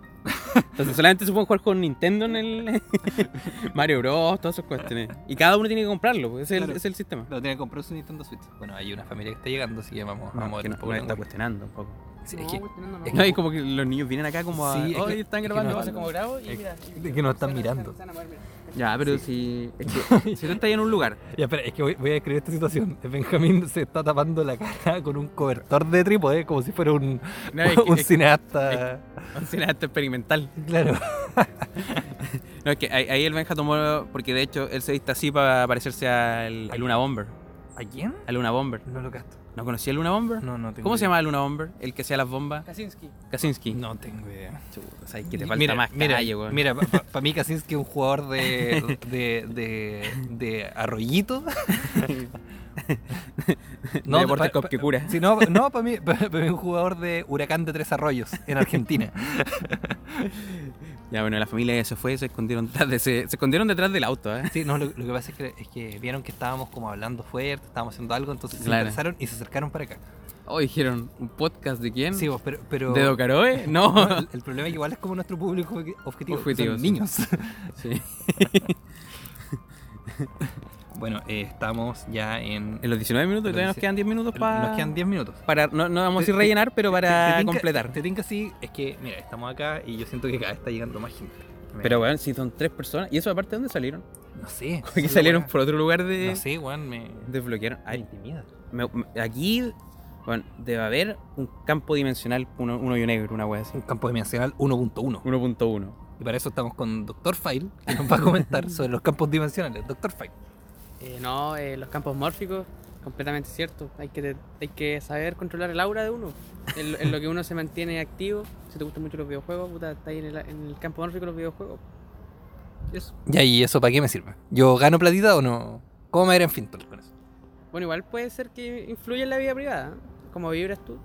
[SPEAKER 2] Entonces solamente se pueden jugar con Nintendo en el. Mario Bros, todas esas cuestiones. Y cada uno tiene que comprarlo, pues, ese es, el,
[SPEAKER 1] Claro.
[SPEAKER 2] ese es el sistema.
[SPEAKER 1] No, tiene que comprar su Nintendo Switch. Bueno, hay una familia que está llegando, así que vamos,
[SPEAKER 2] No,
[SPEAKER 1] vamos a
[SPEAKER 2] que
[SPEAKER 1] ver
[SPEAKER 2] no,
[SPEAKER 1] un poco.
[SPEAKER 2] uno
[SPEAKER 1] la
[SPEAKER 2] está
[SPEAKER 1] web.
[SPEAKER 2] cuestionando un poco.
[SPEAKER 1] Sí,
[SPEAKER 3] No,
[SPEAKER 1] es que-
[SPEAKER 3] cuestionando, no.
[SPEAKER 1] es
[SPEAKER 2] No, y como que los niños vienen acá como a.
[SPEAKER 1] Sí, es que-
[SPEAKER 2] "Oye, están
[SPEAKER 1] es que
[SPEAKER 2] grabando.
[SPEAKER 1] no-
[SPEAKER 3] Pasa como grabo y mira. y-
[SPEAKER 1] es que nos están
[SPEAKER 3] se van a-
[SPEAKER 1] mirando.
[SPEAKER 3] se van a mover, mira.
[SPEAKER 2] Ya, pero si. es que si tú estás en un lugar.
[SPEAKER 1] Ya, espera, es que voy, voy a describir esta situación. Benjamín se está tapando la cara con un cobertor de trípode, como si fuera un,
[SPEAKER 2] No, es que-
[SPEAKER 1] un
[SPEAKER 2] es que-
[SPEAKER 1] cineasta.
[SPEAKER 2] un cineasta experimental.
[SPEAKER 1] Claro.
[SPEAKER 2] No, es que ahí, ahí el Benja tomó. Porque de hecho él se viste así para parecerse al, al Luna Bomber.
[SPEAKER 1] ¿A quién?
[SPEAKER 2] Al Luna Bomber.
[SPEAKER 1] No lo gasto.
[SPEAKER 2] ¿No conocía al Luna Bomber?
[SPEAKER 1] No, no tengo
[SPEAKER 2] ¿Cómo se
[SPEAKER 1] idea.
[SPEAKER 2] llama el Luna Bomber? El que hacía las bombas.
[SPEAKER 3] Kaczynski.
[SPEAKER 2] Kaczynski.
[SPEAKER 1] No tengo idea.
[SPEAKER 2] O sea, es que te falta
[SPEAKER 1] mira,
[SPEAKER 2] más
[SPEAKER 1] mira,
[SPEAKER 2] calle, weón.
[SPEAKER 1] Mira, para mí Kaczynski es un jugador de, de, de, de arroyito.
[SPEAKER 2] De
[SPEAKER 1] pa-
[SPEAKER 2] Deportes
[SPEAKER 1] pa-
[SPEAKER 2] Copquecura.
[SPEAKER 1] sí, no, no para mí, pa- pa mí es un jugador de Huracán de Tres Arroyos en Argentina.
[SPEAKER 2] Ya, bueno, la familia se fue, se escondieron detrás, de ese- se escondieron detrás del auto, ¿eh?
[SPEAKER 1] Sí, no, lo, lo que pasa es que, es que vieron que estábamos como hablando fuerte, estábamos haciendo algo, entonces
[SPEAKER 2] Claro.
[SPEAKER 1] se interesaron y se acercaron para acá.
[SPEAKER 2] Oh, dijeron, ¿un podcast de quién?
[SPEAKER 1] Sí, vos, pero... pero
[SPEAKER 2] Em, ¿De Docaroe? No.
[SPEAKER 1] no, el, el problema es que igual es como nuestro público objetivo, que
[SPEAKER 2] Objetivo,
[SPEAKER 1] son
[SPEAKER 2] sí.
[SPEAKER 1] niños.
[SPEAKER 2] Sí.
[SPEAKER 1] Bueno, eh, estamos ya en...
[SPEAKER 2] En los 19 minutos, todavía nos quedan 10 minutos para...
[SPEAKER 1] Nos quedan 10 minutos.
[SPEAKER 2] Para, no, no vamos a
[SPEAKER 1] Te-
[SPEAKER 2] ir rellenar, pero para
[SPEAKER 1] tinca-
[SPEAKER 2] completar.
[SPEAKER 1] Te tinca así, es que, mira, estamos acá y yo siento que cada vez está llegando más gente. Me-
[SPEAKER 2] Pero, weón, si son tres personas. ¿Y eso aparte de dónde salieron?
[SPEAKER 1] no sé.
[SPEAKER 2] Que
[SPEAKER 1] esa
[SPEAKER 2] salieron
[SPEAKER 1] weá.
[SPEAKER 2] por otro lugar de...
[SPEAKER 1] No sé, weón, me.
[SPEAKER 2] Desbloquearon.
[SPEAKER 1] me
[SPEAKER 2] Ay,
[SPEAKER 1] intimida.
[SPEAKER 2] me- me- aquí... Bueno, debe haber un campo dimensional, uno, uno y un negro, una wea así.
[SPEAKER 1] Un campo dimensional 1.1.
[SPEAKER 2] 1.1.
[SPEAKER 1] Y para eso estamos con Dr. File, que nos va a comentar sobre los campos dimensionales. Dr. File.
[SPEAKER 3] Eh, no, eh, los campos mórficos, completamente cierto. Hay que, hay que saber controlar el aura de uno. En, lo- en lo que uno se mantiene activo. Si te gustan mucho los videojuegos, puta, está ahí en el, en el campo mórfico de los videojuegos. Y Eso.
[SPEAKER 1] Ya, ¿y eso para qué me sirve? ¿Yo gano platita o no? ¿Cómo me iré en Fintor con eso?
[SPEAKER 3] Bueno, igual puede ser que influya en la vida privada. ¿eh? Como vibras tú.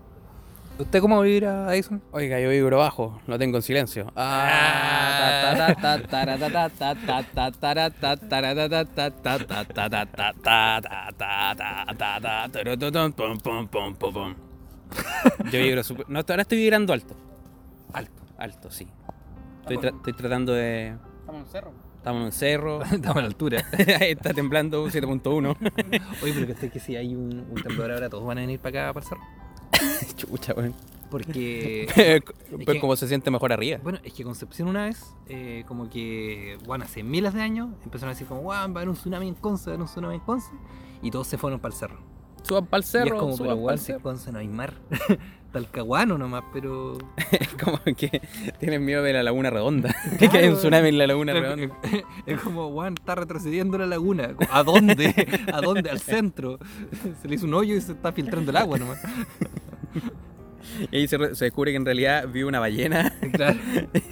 [SPEAKER 1] ¿Usted cómo va a vivir a Edison?
[SPEAKER 2] Oiga, yo vibro bajo, lo tengo en silencio. Ah, ta, ta, ta, ta, ta, ta, ta, ta, ta, ta, ta, ta, ta, ta, ta, ta, ta, ta, ta, ta, ta, ta, ta, tarototón, pom, pom, pom, pom, pom. Yo vibro súper. No, ahora estoy vibrando alto.
[SPEAKER 1] Alto.
[SPEAKER 2] Alto, sí. Estoy, tra- estoy tratando de.
[SPEAKER 3] Estamos en un cerro.
[SPEAKER 2] Estamos en un cerro.
[SPEAKER 1] Estamos a la altura.
[SPEAKER 2] Está temblando un 7.1.
[SPEAKER 1] Oye, pero que usted que si hay un, un temblor ahora, todos van a venir para acá, para el cerro.
[SPEAKER 2] Chucha, weón.
[SPEAKER 1] Porque
[SPEAKER 2] Pero
[SPEAKER 1] que-
[SPEAKER 2] como se siente mejor arriba.
[SPEAKER 1] Bueno, es que Concepción una vez, eh, como que, bueno, hace miles de años, empezaron a decir como, guau, va a haber un tsunami en Conce, va a haber un tsunami en Conce, y todos se fueron para el cerro.
[SPEAKER 2] Suban para
[SPEAKER 1] y
[SPEAKER 2] el
[SPEAKER 1] es
[SPEAKER 2] cerro,
[SPEAKER 1] como, pero
[SPEAKER 2] suban para
[SPEAKER 1] igual
[SPEAKER 2] el
[SPEAKER 1] si en
[SPEAKER 2] cerro.
[SPEAKER 1] Conce no hay mar. Talcahuano nomás, pero...
[SPEAKER 2] Es como que tienen miedo de la laguna redonda.
[SPEAKER 1] Claro,
[SPEAKER 2] que hay un
[SPEAKER 1] weón.
[SPEAKER 2] tsunami en la laguna redonda.
[SPEAKER 1] Es, es como, Juan está retrocediendo la laguna. ¿A dónde? ¿A dónde? Al centro. Se le hizo un hoyo y se está filtrando el agua nomás.
[SPEAKER 2] Y ahí se, re- se descubre que en realidad vive una ballena
[SPEAKER 1] Claro,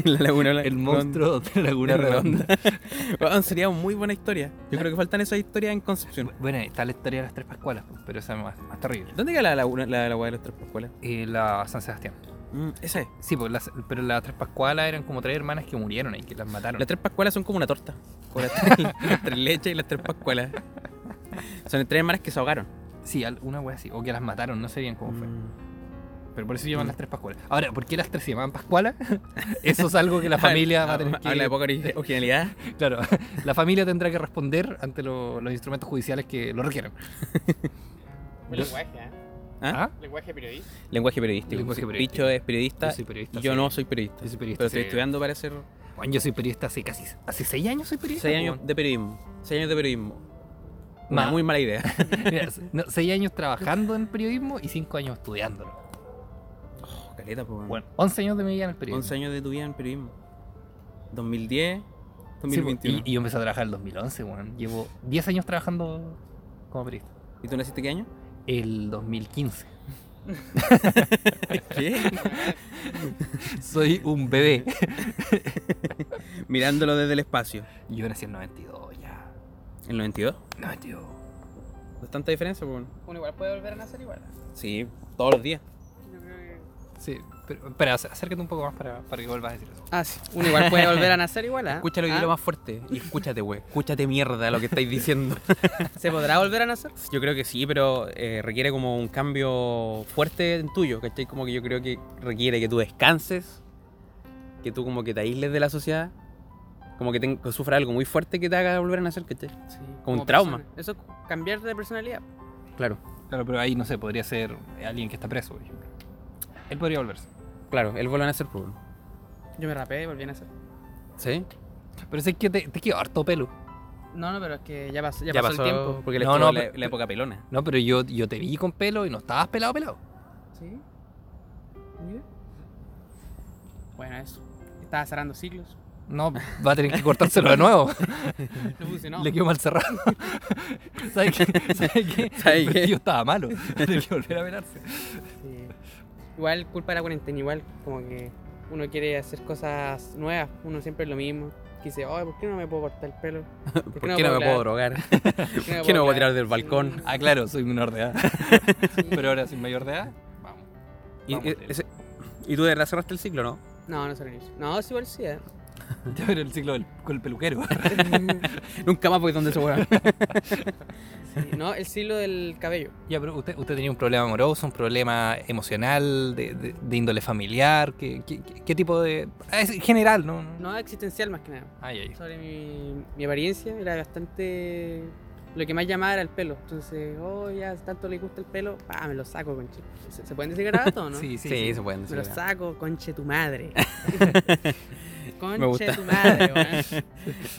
[SPEAKER 2] en la laguna.
[SPEAKER 1] el
[SPEAKER 2] Blan-
[SPEAKER 1] monstruo de la
[SPEAKER 2] con-
[SPEAKER 1] laguna
[SPEAKER 2] de
[SPEAKER 1] redonda.
[SPEAKER 2] redonda. Weón, sería una muy buena historia. Yo creo que faltan esas historias en Concepción.
[SPEAKER 1] Bueno, está la historia de las tres pascualas, pero esa es más, más terrible.
[SPEAKER 2] ¿Dónde queda la laguna, la, la hueá de los tres pascuales?
[SPEAKER 1] Y Eh, la San Sebastián.
[SPEAKER 2] Mm, esa es.
[SPEAKER 1] Sí, pues las- pero las tres pascualas eran como tres hermanas que murieron y que las mataron.
[SPEAKER 2] Las tres pascualas son como una torta. Como las, tres, las tres leches y las tres pascualas. Son tres hermanas que se ahogaron.
[SPEAKER 1] Sí, al- una wea así. O que las mataron, no sé bien cómo fue.
[SPEAKER 2] Mm.
[SPEAKER 1] Pero por eso se llaman
[SPEAKER 2] Mm.
[SPEAKER 1] las tres pascualas. Ahora, ¿por qué las tres se llamaban pascualas? Eso es algo que la familia va a tener que.
[SPEAKER 2] Ah, Habla de poca ori- originalidad.
[SPEAKER 1] Claro, la familia tendrá que responder ante lo- los instrumentos judiciales que lo requieran.
[SPEAKER 3] Buen lenguaje, ¿eh?
[SPEAKER 1] ¿Ah?
[SPEAKER 2] ¿Ah?
[SPEAKER 3] Lenguaje periodista.
[SPEAKER 2] Lenguaje periodístico.
[SPEAKER 1] Lenguaje
[SPEAKER 2] Sí,
[SPEAKER 1] periodístico.
[SPEAKER 2] Picho es periodista.
[SPEAKER 1] Yo soy periodista,
[SPEAKER 2] y yo
[SPEAKER 1] sí.
[SPEAKER 2] no soy periodista.
[SPEAKER 1] Yo soy periodista,
[SPEAKER 2] Pero estoy
[SPEAKER 1] sí. pues,
[SPEAKER 2] estudiando para ser
[SPEAKER 1] Juan, yo soy periodista hace casi. Hace seis años soy periodista.
[SPEAKER 2] seis
[SPEAKER 1] po,
[SPEAKER 2] años de periodismo. Seis años de periodismo. Una
[SPEAKER 1] Ma-
[SPEAKER 2] muy mala idea.
[SPEAKER 1] weón. Mira, no, seis años trabajando en periodismo y cinco años estudiándolo.
[SPEAKER 2] Oh, caleta, po, weón.
[SPEAKER 1] Bueno, 11 años de mi vida en el periodismo.
[SPEAKER 2] 11 años de tu vida en periodismo. 2010,
[SPEAKER 1] Sí, po,
[SPEAKER 2] 2021.
[SPEAKER 1] y, y yo empecé a trabajar en el 2011, weón. Llevo 10 años trabajando como periodista.
[SPEAKER 2] ¿Y tú naciste qué año?
[SPEAKER 1] El 2015.
[SPEAKER 2] ¿Qué?
[SPEAKER 1] Soy un bebé.
[SPEAKER 2] Mirándolo desde el espacio.
[SPEAKER 1] Yo nací en 92, ya.
[SPEAKER 2] ¿El 92?
[SPEAKER 1] 92.
[SPEAKER 2] ¿No es tanta diferencia, pues?
[SPEAKER 3] Uno igual puede volver a nacer igual. ¿eh?
[SPEAKER 2] Sí, todos los días.
[SPEAKER 3] Yo creo que-
[SPEAKER 1] Sí, pero espera, ac- acércate un poco más para, para que vuelvas a decir eso.
[SPEAKER 3] Ah, sí. Uno igual puede volver a nacer igual, ¿ah?
[SPEAKER 2] Escúchalo y
[SPEAKER 3] ¿Ah?
[SPEAKER 2] dilo más fuerte. Y escúchate, güey. Escúchate mierda lo que estáis diciendo.
[SPEAKER 3] ¿Se podrá volver a nacer?
[SPEAKER 2] Yo creo que sí, pero eh, requiere como un cambio fuerte en tuyo, ¿cachai? Como que yo creo que requiere que tú descanses, que tú como que te aísles de la sociedad, como que, ten- que sufra algo muy fuerte que te haga volver a nacer, ¿cachai?
[SPEAKER 3] Sí.
[SPEAKER 2] como trauma.
[SPEAKER 3] Eso es cambiar de personalidad.
[SPEAKER 2] Claro.
[SPEAKER 1] Claro, pero ahí no sé, podría ser alguien que está preso, por ejemplo. Él podría volverse.
[SPEAKER 2] Claro, él vuelve a nacer, pues.
[SPEAKER 3] Yo me rapé y volví a nacer.
[SPEAKER 2] ¿Sí?
[SPEAKER 1] Pero sé que te, te quedó harto pelo.
[SPEAKER 3] No, no, pero es que ya pasó, ya pasó, el tiempo.
[SPEAKER 2] Porque le
[SPEAKER 1] No,
[SPEAKER 2] estuvo
[SPEAKER 1] no,
[SPEAKER 2] la,
[SPEAKER 1] pero-
[SPEAKER 2] la época pelona.
[SPEAKER 1] No, pero yo, yo te vi con pelo y no estabas pelado, pelado.
[SPEAKER 3] Sí. Mira. Bueno, eso. Estaba cerrando ciclos.
[SPEAKER 1] No, va a tener que cortárselo de nuevo.
[SPEAKER 3] No funcionó.
[SPEAKER 1] Le quedó mal cerrado. ¿Sabes qué? ¿Sabes qué?
[SPEAKER 2] ¿Sabes
[SPEAKER 1] El
[SPEAKER 2] qué?
[SPEAKER 1] vestido estaba malo. Tiene que volver a pelarse.
[SPEAKER 3] Sí. Igual culpa de la cuarentena, igual. Como que uno quiere hacer cosas nuevas. Uno siempre es lo mismo. Que dice, ay, ¿por qué no me puedo cortar el pelo?
[SPEAKER 2] ¿Por qué no me puedo
[SPEAKER 3] puedo
[SPEAKER 2] drogar?
[SPEAKER 3] ¿Por
[SPEAKER 2] ¿Por qué no me puedo tirar del balcón?
[SPEAKER 1] Ah, claro, soy menor de edad.
[SPEAKER 3] Sí.
[SPEAKER 1] Pero ahora soy mayor de edad. Vamos.
[SPEAKER 2] Y,
[SPEAKER 1] Vamos,
[SPEAKER 2] y-
[SPEAKER 1] Leo.
[SPEAKER 2] ese- y tú de verdad cerraste el ciclo, ¿no?
[SPEAKER 3] No, no salió eso. No, es igual sí, ¿eh?
[SPEAKER 1] Ya ver el ciclo del, con el peluquero.
[SPEAKER 2] Nunca más voy donde se vuelva.
[SPEAKER 3] Sí, No, el ciclo del cabello.
[SPEAKER 1] Ya, pero usted, usted tenía un problema amoroso, un problema emocional, de, de- de índole familiar, ¿qué, qué- qué- qué tipo de...? Ah, Es general, ¿no?
[SPEAKER 3] No, existencial más que nada.
[SPEAKER 1] Ay, ay.
[SPEAKER 3] Sobre mi, mi apariencia era bastante... Lo que más llamaba era el pelo. Entonces, oh, ya tanto le gusta el pelo, ah, me lo saco, conche. ¿Se, se pueden decir garabato o no?
[SPEAKER 1] Sí, sí,
[SPEAKER 2] Sí,
[SPEAKER 1] sí.
[SPEAKER 2] se pueden
[SPEAKER 3] Me lo
[SPEAKER 2] decir.
[SPEAKER 3] saco, conche tu madre.
[SPEAKER 2] Me
[SPEAKER 3] Conche
[SPEAKER 2] gusta.
[SPEAKER 3] tu madre, weón.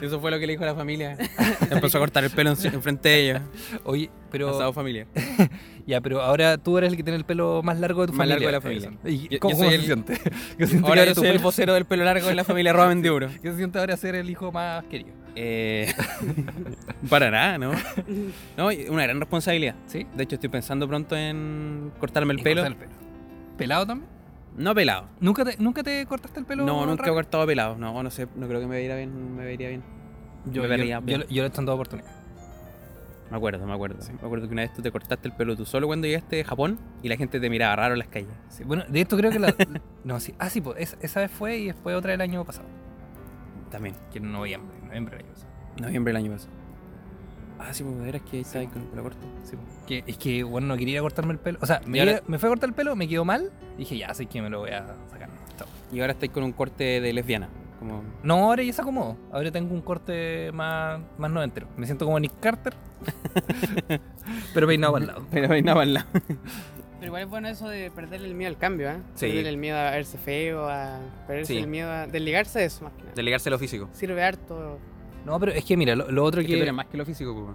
[SPEAKER 2] Eso fue lo que le dijo a la familia. Empezó a cortar el pelo en- enfrente de ellos.
[SPEAKER 1] Oye, pero.
[SPEAKER 2] Asado familiar.
[SPEAKER 1] Ya, pero ahora tú eres el que tiene el pelo más largo de tu
[SPEAKER 2] Más largo
[SPEAKER 1] familia.
[SPEAKER 2] de la familia.
[SPEAKER 1] Eso. ¿Y
[SPEAKER 2] Yo- yo
[SPEAKER 1] cómo,
[SPEAKER 2] soy
[SPEAKER 1] cómo
[SPEAKER 2] el-
[SPEAKER 1] se siente? Yo siento que
[SPEAKER 2] Ahora yo
[SPEAKER 1] tu
[SPEAKER 2] soy el
[SPEAKER 1] pelo-
[SPEAKER 2] vocero del pelo largo de la familia Roa Mendiuro.
[SPEAKER 1] ¿Qué se siente ahora ser el hijo más querido?
[SPEAKER 2] Eh, para nada, ¿no? No, y una gran responsabilidad.
[SPEAKER 1] ¿Sí?
[SPEAKER 2] De hecho, estoy pensando pronto en cortarme el
[SPEAKER 1] Y
[SPEAKER 2] pelo.
[SPEAKER 1] cortar pelo. ¿Pelado también?
[SPEAKER 2] No pelado.
[SPEAKER 1] ¿Nunca te, ¿Nunca te cortaste el pelo?
[SPEAKER 2] no, nunca he
[SPEAKER 1] rápido?
[SPEAKER 2] cortado pelado. No, no sé, no creo que me vería bien. Me vería bien.
[SPEAKER 1] Yo,
[SPEAKER 2] me
[SPEAKER 1] yo,
[SPEAKER 2] vería
[SPEAKER 1] yo,
[SPEAKER 2] bien.
[SPEAKER 1] yo lo he hecho en toda oportunidad.
[SPEAKER 2] Me acuerdo, me acuerdo. Me acuerdo que una vez tú te cortaste el pelo tú solo cuando llegaste de Japón y la gente te miraba raro en las calles.
[SPEAKER 1] Sí, bueno, de esto creo que la. no, sí. Ah, sí, pues esa, esa vez fue y después otra el año pasado.
[SPEAKER 2] También.
[SPEAKER 1] Que en noviembre, noviembre del año pasado.
[SPEAKER 2] Noviembre del año pasado. Ah, sí, pues verás que ahí está ahí con el pelo corto.
[SPEAKER 1] Sí, pues. que, es que, bueno, no quería ir a cortarme el pelo. O sea, me,
[SPEAKER 2] Y ahora-
[SPEAKER 1] iba- me fue a cortar el pelo, me quedó mal. Dije, ya, así que me lo voy a sacar. Chao.
[SPEAKER 2] Y ahora estáis con un corte de lesbiana. Como.
[SPEAKER 1] No, ahora ya se acomodó. Ahora tengo un corte más, más noventero. Me siento como Nick Carter. pero peinado al lado.
[SPEAKER 2] Pero peinado al lado.
[SPEAKER 3] Pero igual es bueno eso de perderle el miedo al cambio, ¿eh?
[SPEAKER 2] Sí.
[SPEAKER 3] Perderle el miedo a verse feo, a perderse
[SPEAKER 2] Sí.
[SPEAKER 3] el miedo a desligarse de eso más que nada.
[SPEAKER 2] Delegarse lo físico.
[SPEAKER 3] Sirve harto.
[SPEAKER 1] No, pero es que mira, lo, lo otro
[SPEAKER 2] Es que tú
[SPEAKER 1] que.
[SPEAKER 2] eres más que lo físico, pues.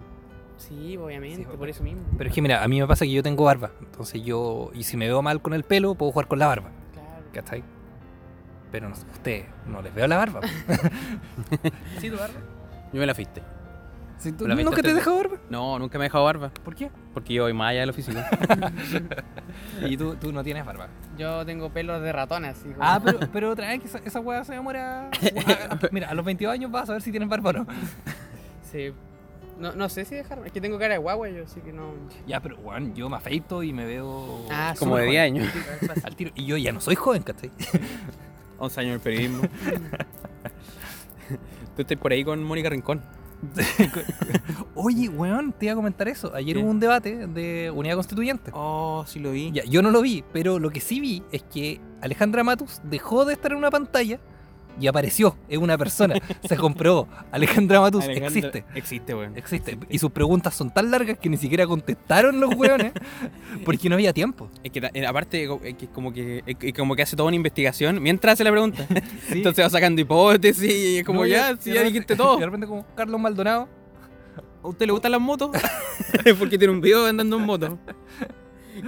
[SPEAKER 3] Sí, obviamente,
[SPEAKER 1] Sí,
[SPEAKER 3] por eso mismo.
[SPEAKER 1] Pero es que mira, a mí me pasa que yo tengo barba. Entonces yo. Y si me veo mal con el pelo, puedo jugar con la barba.
[SPEAKER 3] Claro.
[SPEAKER 1] ¿Cachai? Pero no, sé, ustedes no les veo la barba. ¿Sí, tu barba?
[SPEAKER 2] Yo me la fuiste.
[SPEAKER 1] Sí, ¿tú
[SPEAKER 2] La viste
[SPEAKER 1] nunca te
[SPEAKER 2] antes-
[SPEAKER 1] dejas barba?
[SPEAKER 2] No, nunca me he dejado barba.
[SPEAKER 1] ¿Por qué?
[SPEAKER 2] Porque yo voy más allá de lo físico.
[SPEAKER 1] Y tú, tú no tienes barba.
[SPEAKER 3] Yo tengo pelos de ratón así. como-
[SPEAKER 1] Ah, pero, pero otra vez que esa, esa weá se demora. Mira, a los 22 años vas a ver si tienes barba o no.
[SPEAKER 3] Sí. No, no sé si dejarme. Es que tengo cara de guagua yo, así que no.
[SPEAKER 1] Ya, pero weón, yo me afeito y me veo.
[SPEAKER 3] Ah,
[SPEAKER 2] Como
[SPEAKER 1] súper
[SPEAKER 2] de
[SPEAKER 1] joven.
[SPEAKER 2] 10 años.
[SPEAKER 1] Al tiro. Y yo ya no soy joven, ¿cachai?
[SPEAKER 2] 11 años en el periodismo. Tú estás por ahí con Mónica Rincón.
[SPEAKER 1] Oye, weón, te iba a comentar eso. Ayer
[SPEAKER 2] ¿Qué?
[SPEAKER 1] hubo un debate de unidad constituyente.
[SPEAKER 2] Oh, sí lo vi.
[SPEAKER 1] Ya, yo no lo vi, pero lo que sí vi es que Alejandra Matus dejó de estar en una pantalla y apareció. Es una persona. Se comprobó. Alejandra Matus existe.
[SPEAKER 2] Existe, weón.
[SPEAKER 1] Existe. Y sus preguntas son tan largas que ni siquiera contestaron los weones porque no había tiempo.
[SPEAKER 2] Es que ta- eh, aparte co- es que como que, es que como que hace toda una investigación mientras hace la pregunta. Entonces va sacando hipótesis y es como
[SPEAKER 1] No,
[SPEAKER 2] ya,
[SPEAKER 1] y
[SPEAKER 2] sí,
[SPEAKER 1] de
[SPEAKER 2] ya
[SPEAKER 1] repente-
[SPEAKER 2] dijiste
[SPEAKER 1] y De
[SPEAKER 2] todo.
[SPEAKER 1] repente como Carlos Maldonado.
[SPEAKER 2] ¿A usted le gustan las motos? Porque tiene un video andando en moto.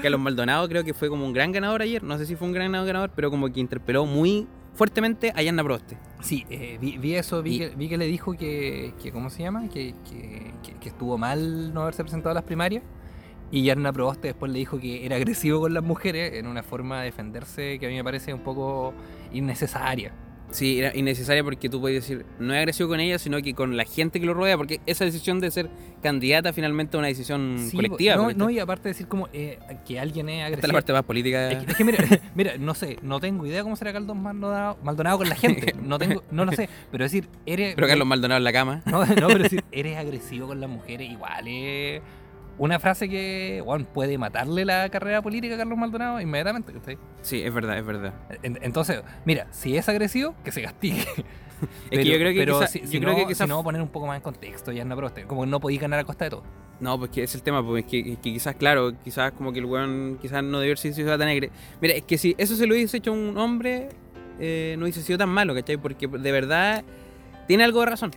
[SPEAKER 2] Carlos Maldonado creo que fue como un gran ganador ayer. No sé si fue un gran ganador, pero como que interpeló muy fuertemente a Yanna Proste.
[SPEAKER 1] Sí, eh, vi, vi eso, vi,
[SPEAKER 2] Y-
[SPEAKER 1] que, vi que le dijo que, que ¿cómo se llama? Que, que- que- que estuvo mal no haberse presentado a las primarias. Y Yarna Proboste después le dijo que era agresivo con las mujeres en una forma de defenderse que a mí me parece un poco innecesaria.
[SPEAKER 2] Sí, era innecesaria porque tú puedes decir, no es agresivo con ella, sino que con la gente que lo rodea, porque esa decisión de ser candidata finalmente es una decisión
[SPEAKER 1] Sí,
[SPEAKER 2] Mm, colectiva.
[SPEAKER 1] no,
[SPEAKER 2] porque
[SPEAKER 1] no,
[SPEAKER 2] esta-
[SPEAKER 1] y aparte decir como eh, que alguien es
[SPEAKER 2] esta es
[SPEAKER 1] agresivo.
[SPEAKER 2] la parte más política.
[SPEAKER 1] Es que, es que mira, mira, no sé, no tengo idea cómo será Carlos Maldonado, Maldonado con la gente. No tengo, no lo sé. Pero decir, eres.
[SPEAKER 2] Pero Carlos Maldonado en la cama.
[SPEAKER 1] No, no, pero decir, eres agresivo con las mujeres, igual es una frase que weón, puede matarle la carrera política a Carlos Maldonado inmediatamente. ¿cachai?
[SPEAKER 2] Sí, es verdad, es verdad.
[SPEAKER 1] En- Entonces, mira, si es agresivo, que se castigue.
[SPEAKER 2] Es que yo creo que
[SPEAKER 1] pero
[SPEAKER 2] quizá-
[SPEAKER 1] si,
[SPEAKER 2] yo
[SPEAKER 1] si
[SPEAKER 2] creo
[SPEAKER 1] no,
[SPEAKER 2] que quizá-
[SPEAKER 1] si no, poner un poco más en contexto, ya no, pero como que no podía ganar a costa de todo.
[SPEAKER 2] No, pues que es el tema, porque que, que quizás, claro, quizás como que el weón quizás no debió haber sido tan negre. Mira, es que si eso se lo hubiese hecho un hombre, eh, no hubiese sido tan malo, ¿cachai? Porque de verdad tiene algo de razón.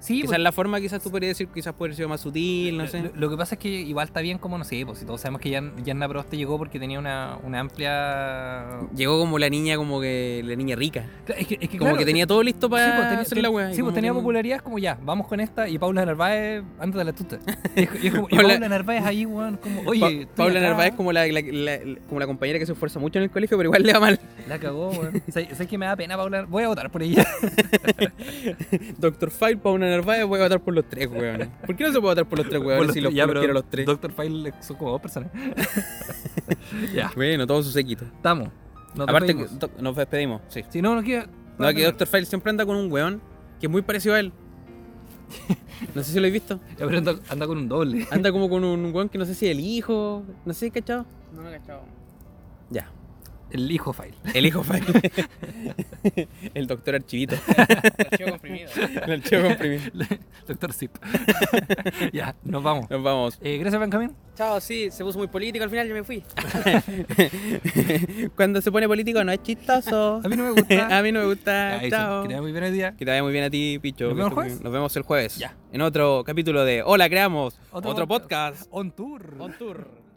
[SPEAKER 1] Sí,
[SPEAKER 2] quizás
[SPEAKER 1] pues,
[SPEAKER 2] la forma, quizás tú podrías decir, quizás puede haber sido más sutil, no sé.
[SPEAKER 1] lo, lo que pasa es que igual está bien como, no sé, pues si todos sabemos que Jan- Yanna Proste llegó porque tenía una, una amplia...
[SPEAKER 2] Llegó como la niña, como que la niña rica.
[SPEAKER 1] Es que, es que,
[SPEAKER 2] Como
[SPEAKER 1] claro,
[SPEAKER 2] que tenía todo listo para
[SPEAKER 1] Sí, pues tenía,
[SPEAKER 2] hacer la
[SPEAKER 1] ten-
[SPEAKER 2] weá. y
[SPEAKER 1] sí, pues,
[SPEAKER 2] como
[SPEAKER 1] tenía
[SPEAKER 2] que no-
[SPEAKER 1] popularidad, como ya, vamos con esta y Paula Narváez, ándate a la tuta. Y, es- y es como- y
[SPEAKER 2] Hola.
[SPEAKER 1] Paula Narváez ahí, weón, como, oye,
[SPEAKER 2] Pa-
[SPEAKER 1] estoy
[SPEAKER 2] Paula
[SPEAKER 1] acá,
[SPEAKER 2] Narváez como la, la- la- la- como la compañera que se esfuerza mucho en el colegio, pero igual le va mal.
[SPEAKER 1] La cagó, weón. Sé, sé que me da pena, Paula. Voy a votar por ella.
[SPEAKER 2] Doctor File, Paula Narváez, voy a votar por los tres, weón. ¿Por qué no se puede votar por los tres, weón?
[SPEAKER 1] Por
[SPEAKER 2] si los,
[SPEAKER 1] ya,
[SPEAKER 2] los
[SPEAKER 1] pero
[SPEAKER 2] quiero a los tres.
[SPEAKER 1] Doctor File eh, son como dos personas. ya,
[SPEAKER 2] Bueno, todos sus séquito.
[SPEAKER 1] estamos. Nos
[SPEAKER 2] Aparte,
[SPEAKER 1] despedimos.
[SPEAKER 2] que- doc- nos despedimos, sí.
[SPEAKER 1] si no, no quiero.
[SPEAKER 2] No, que Doctor File siempre anda con un weón que es muy parecido a él. No sé si lo habéis visto.
[SPEAKER 1] Ya, pero anda, anda con un doble.
[SPEAKER 2] Anda como con un weón que no sé si es el hijo, no sé, ¿cachado?
[SPEAKER 3] No lo he cachado.
[SPEAKER 2] Ya.
[SPEAKER 1] El hijo file.
[SPEAKER 2] El hijo fue. el doctor archivito.
[SPEAKER 3] Archivo comprimido.
[SPEAKER 2] El archivo comprimido.
[SPEAKER 1] Doctor Zip. ya, nos vamos.
[SPEAKER 2] Nos vamos.
[SPEAKER 1] Eh, gracias, Benjamín.
[SPEAKER 3] Chao, sí, se puso muy político al final, yo me fui.
[SPEAKER 2] Cuando se pone político no es chistoso.
[SPEAKER 1] A mí no me gusta.
[SPEAKER 2] A mí no me gusta.
[SPEAKER 1] Ya, Edison,
[SPEAKER 2] Chao.
[SPEAKER 1] Que tengas muy bien el día.
[SPEAKER 2] Que te vaya muy bien a ti, Picho.
[SPEAKER 1] ¿Nos vemos el
[SPEAKER 2] Que estés muy bien.
[SPEAKER 1] jueves?
[SPEAKER 2] Nos vemos el jueves.
[SPEAKER 1] Ya.
[SPEAKER 2] En otro capítulo de Hola, creamos.
[SPEAKER 1] Otro
[SPEAKER 2] Otro,
[SPEAKER 1] podcast.
[SPEAKER 2] podcast.
[SPEAKER 1] On tour.
[SPEAKER 2] On tour.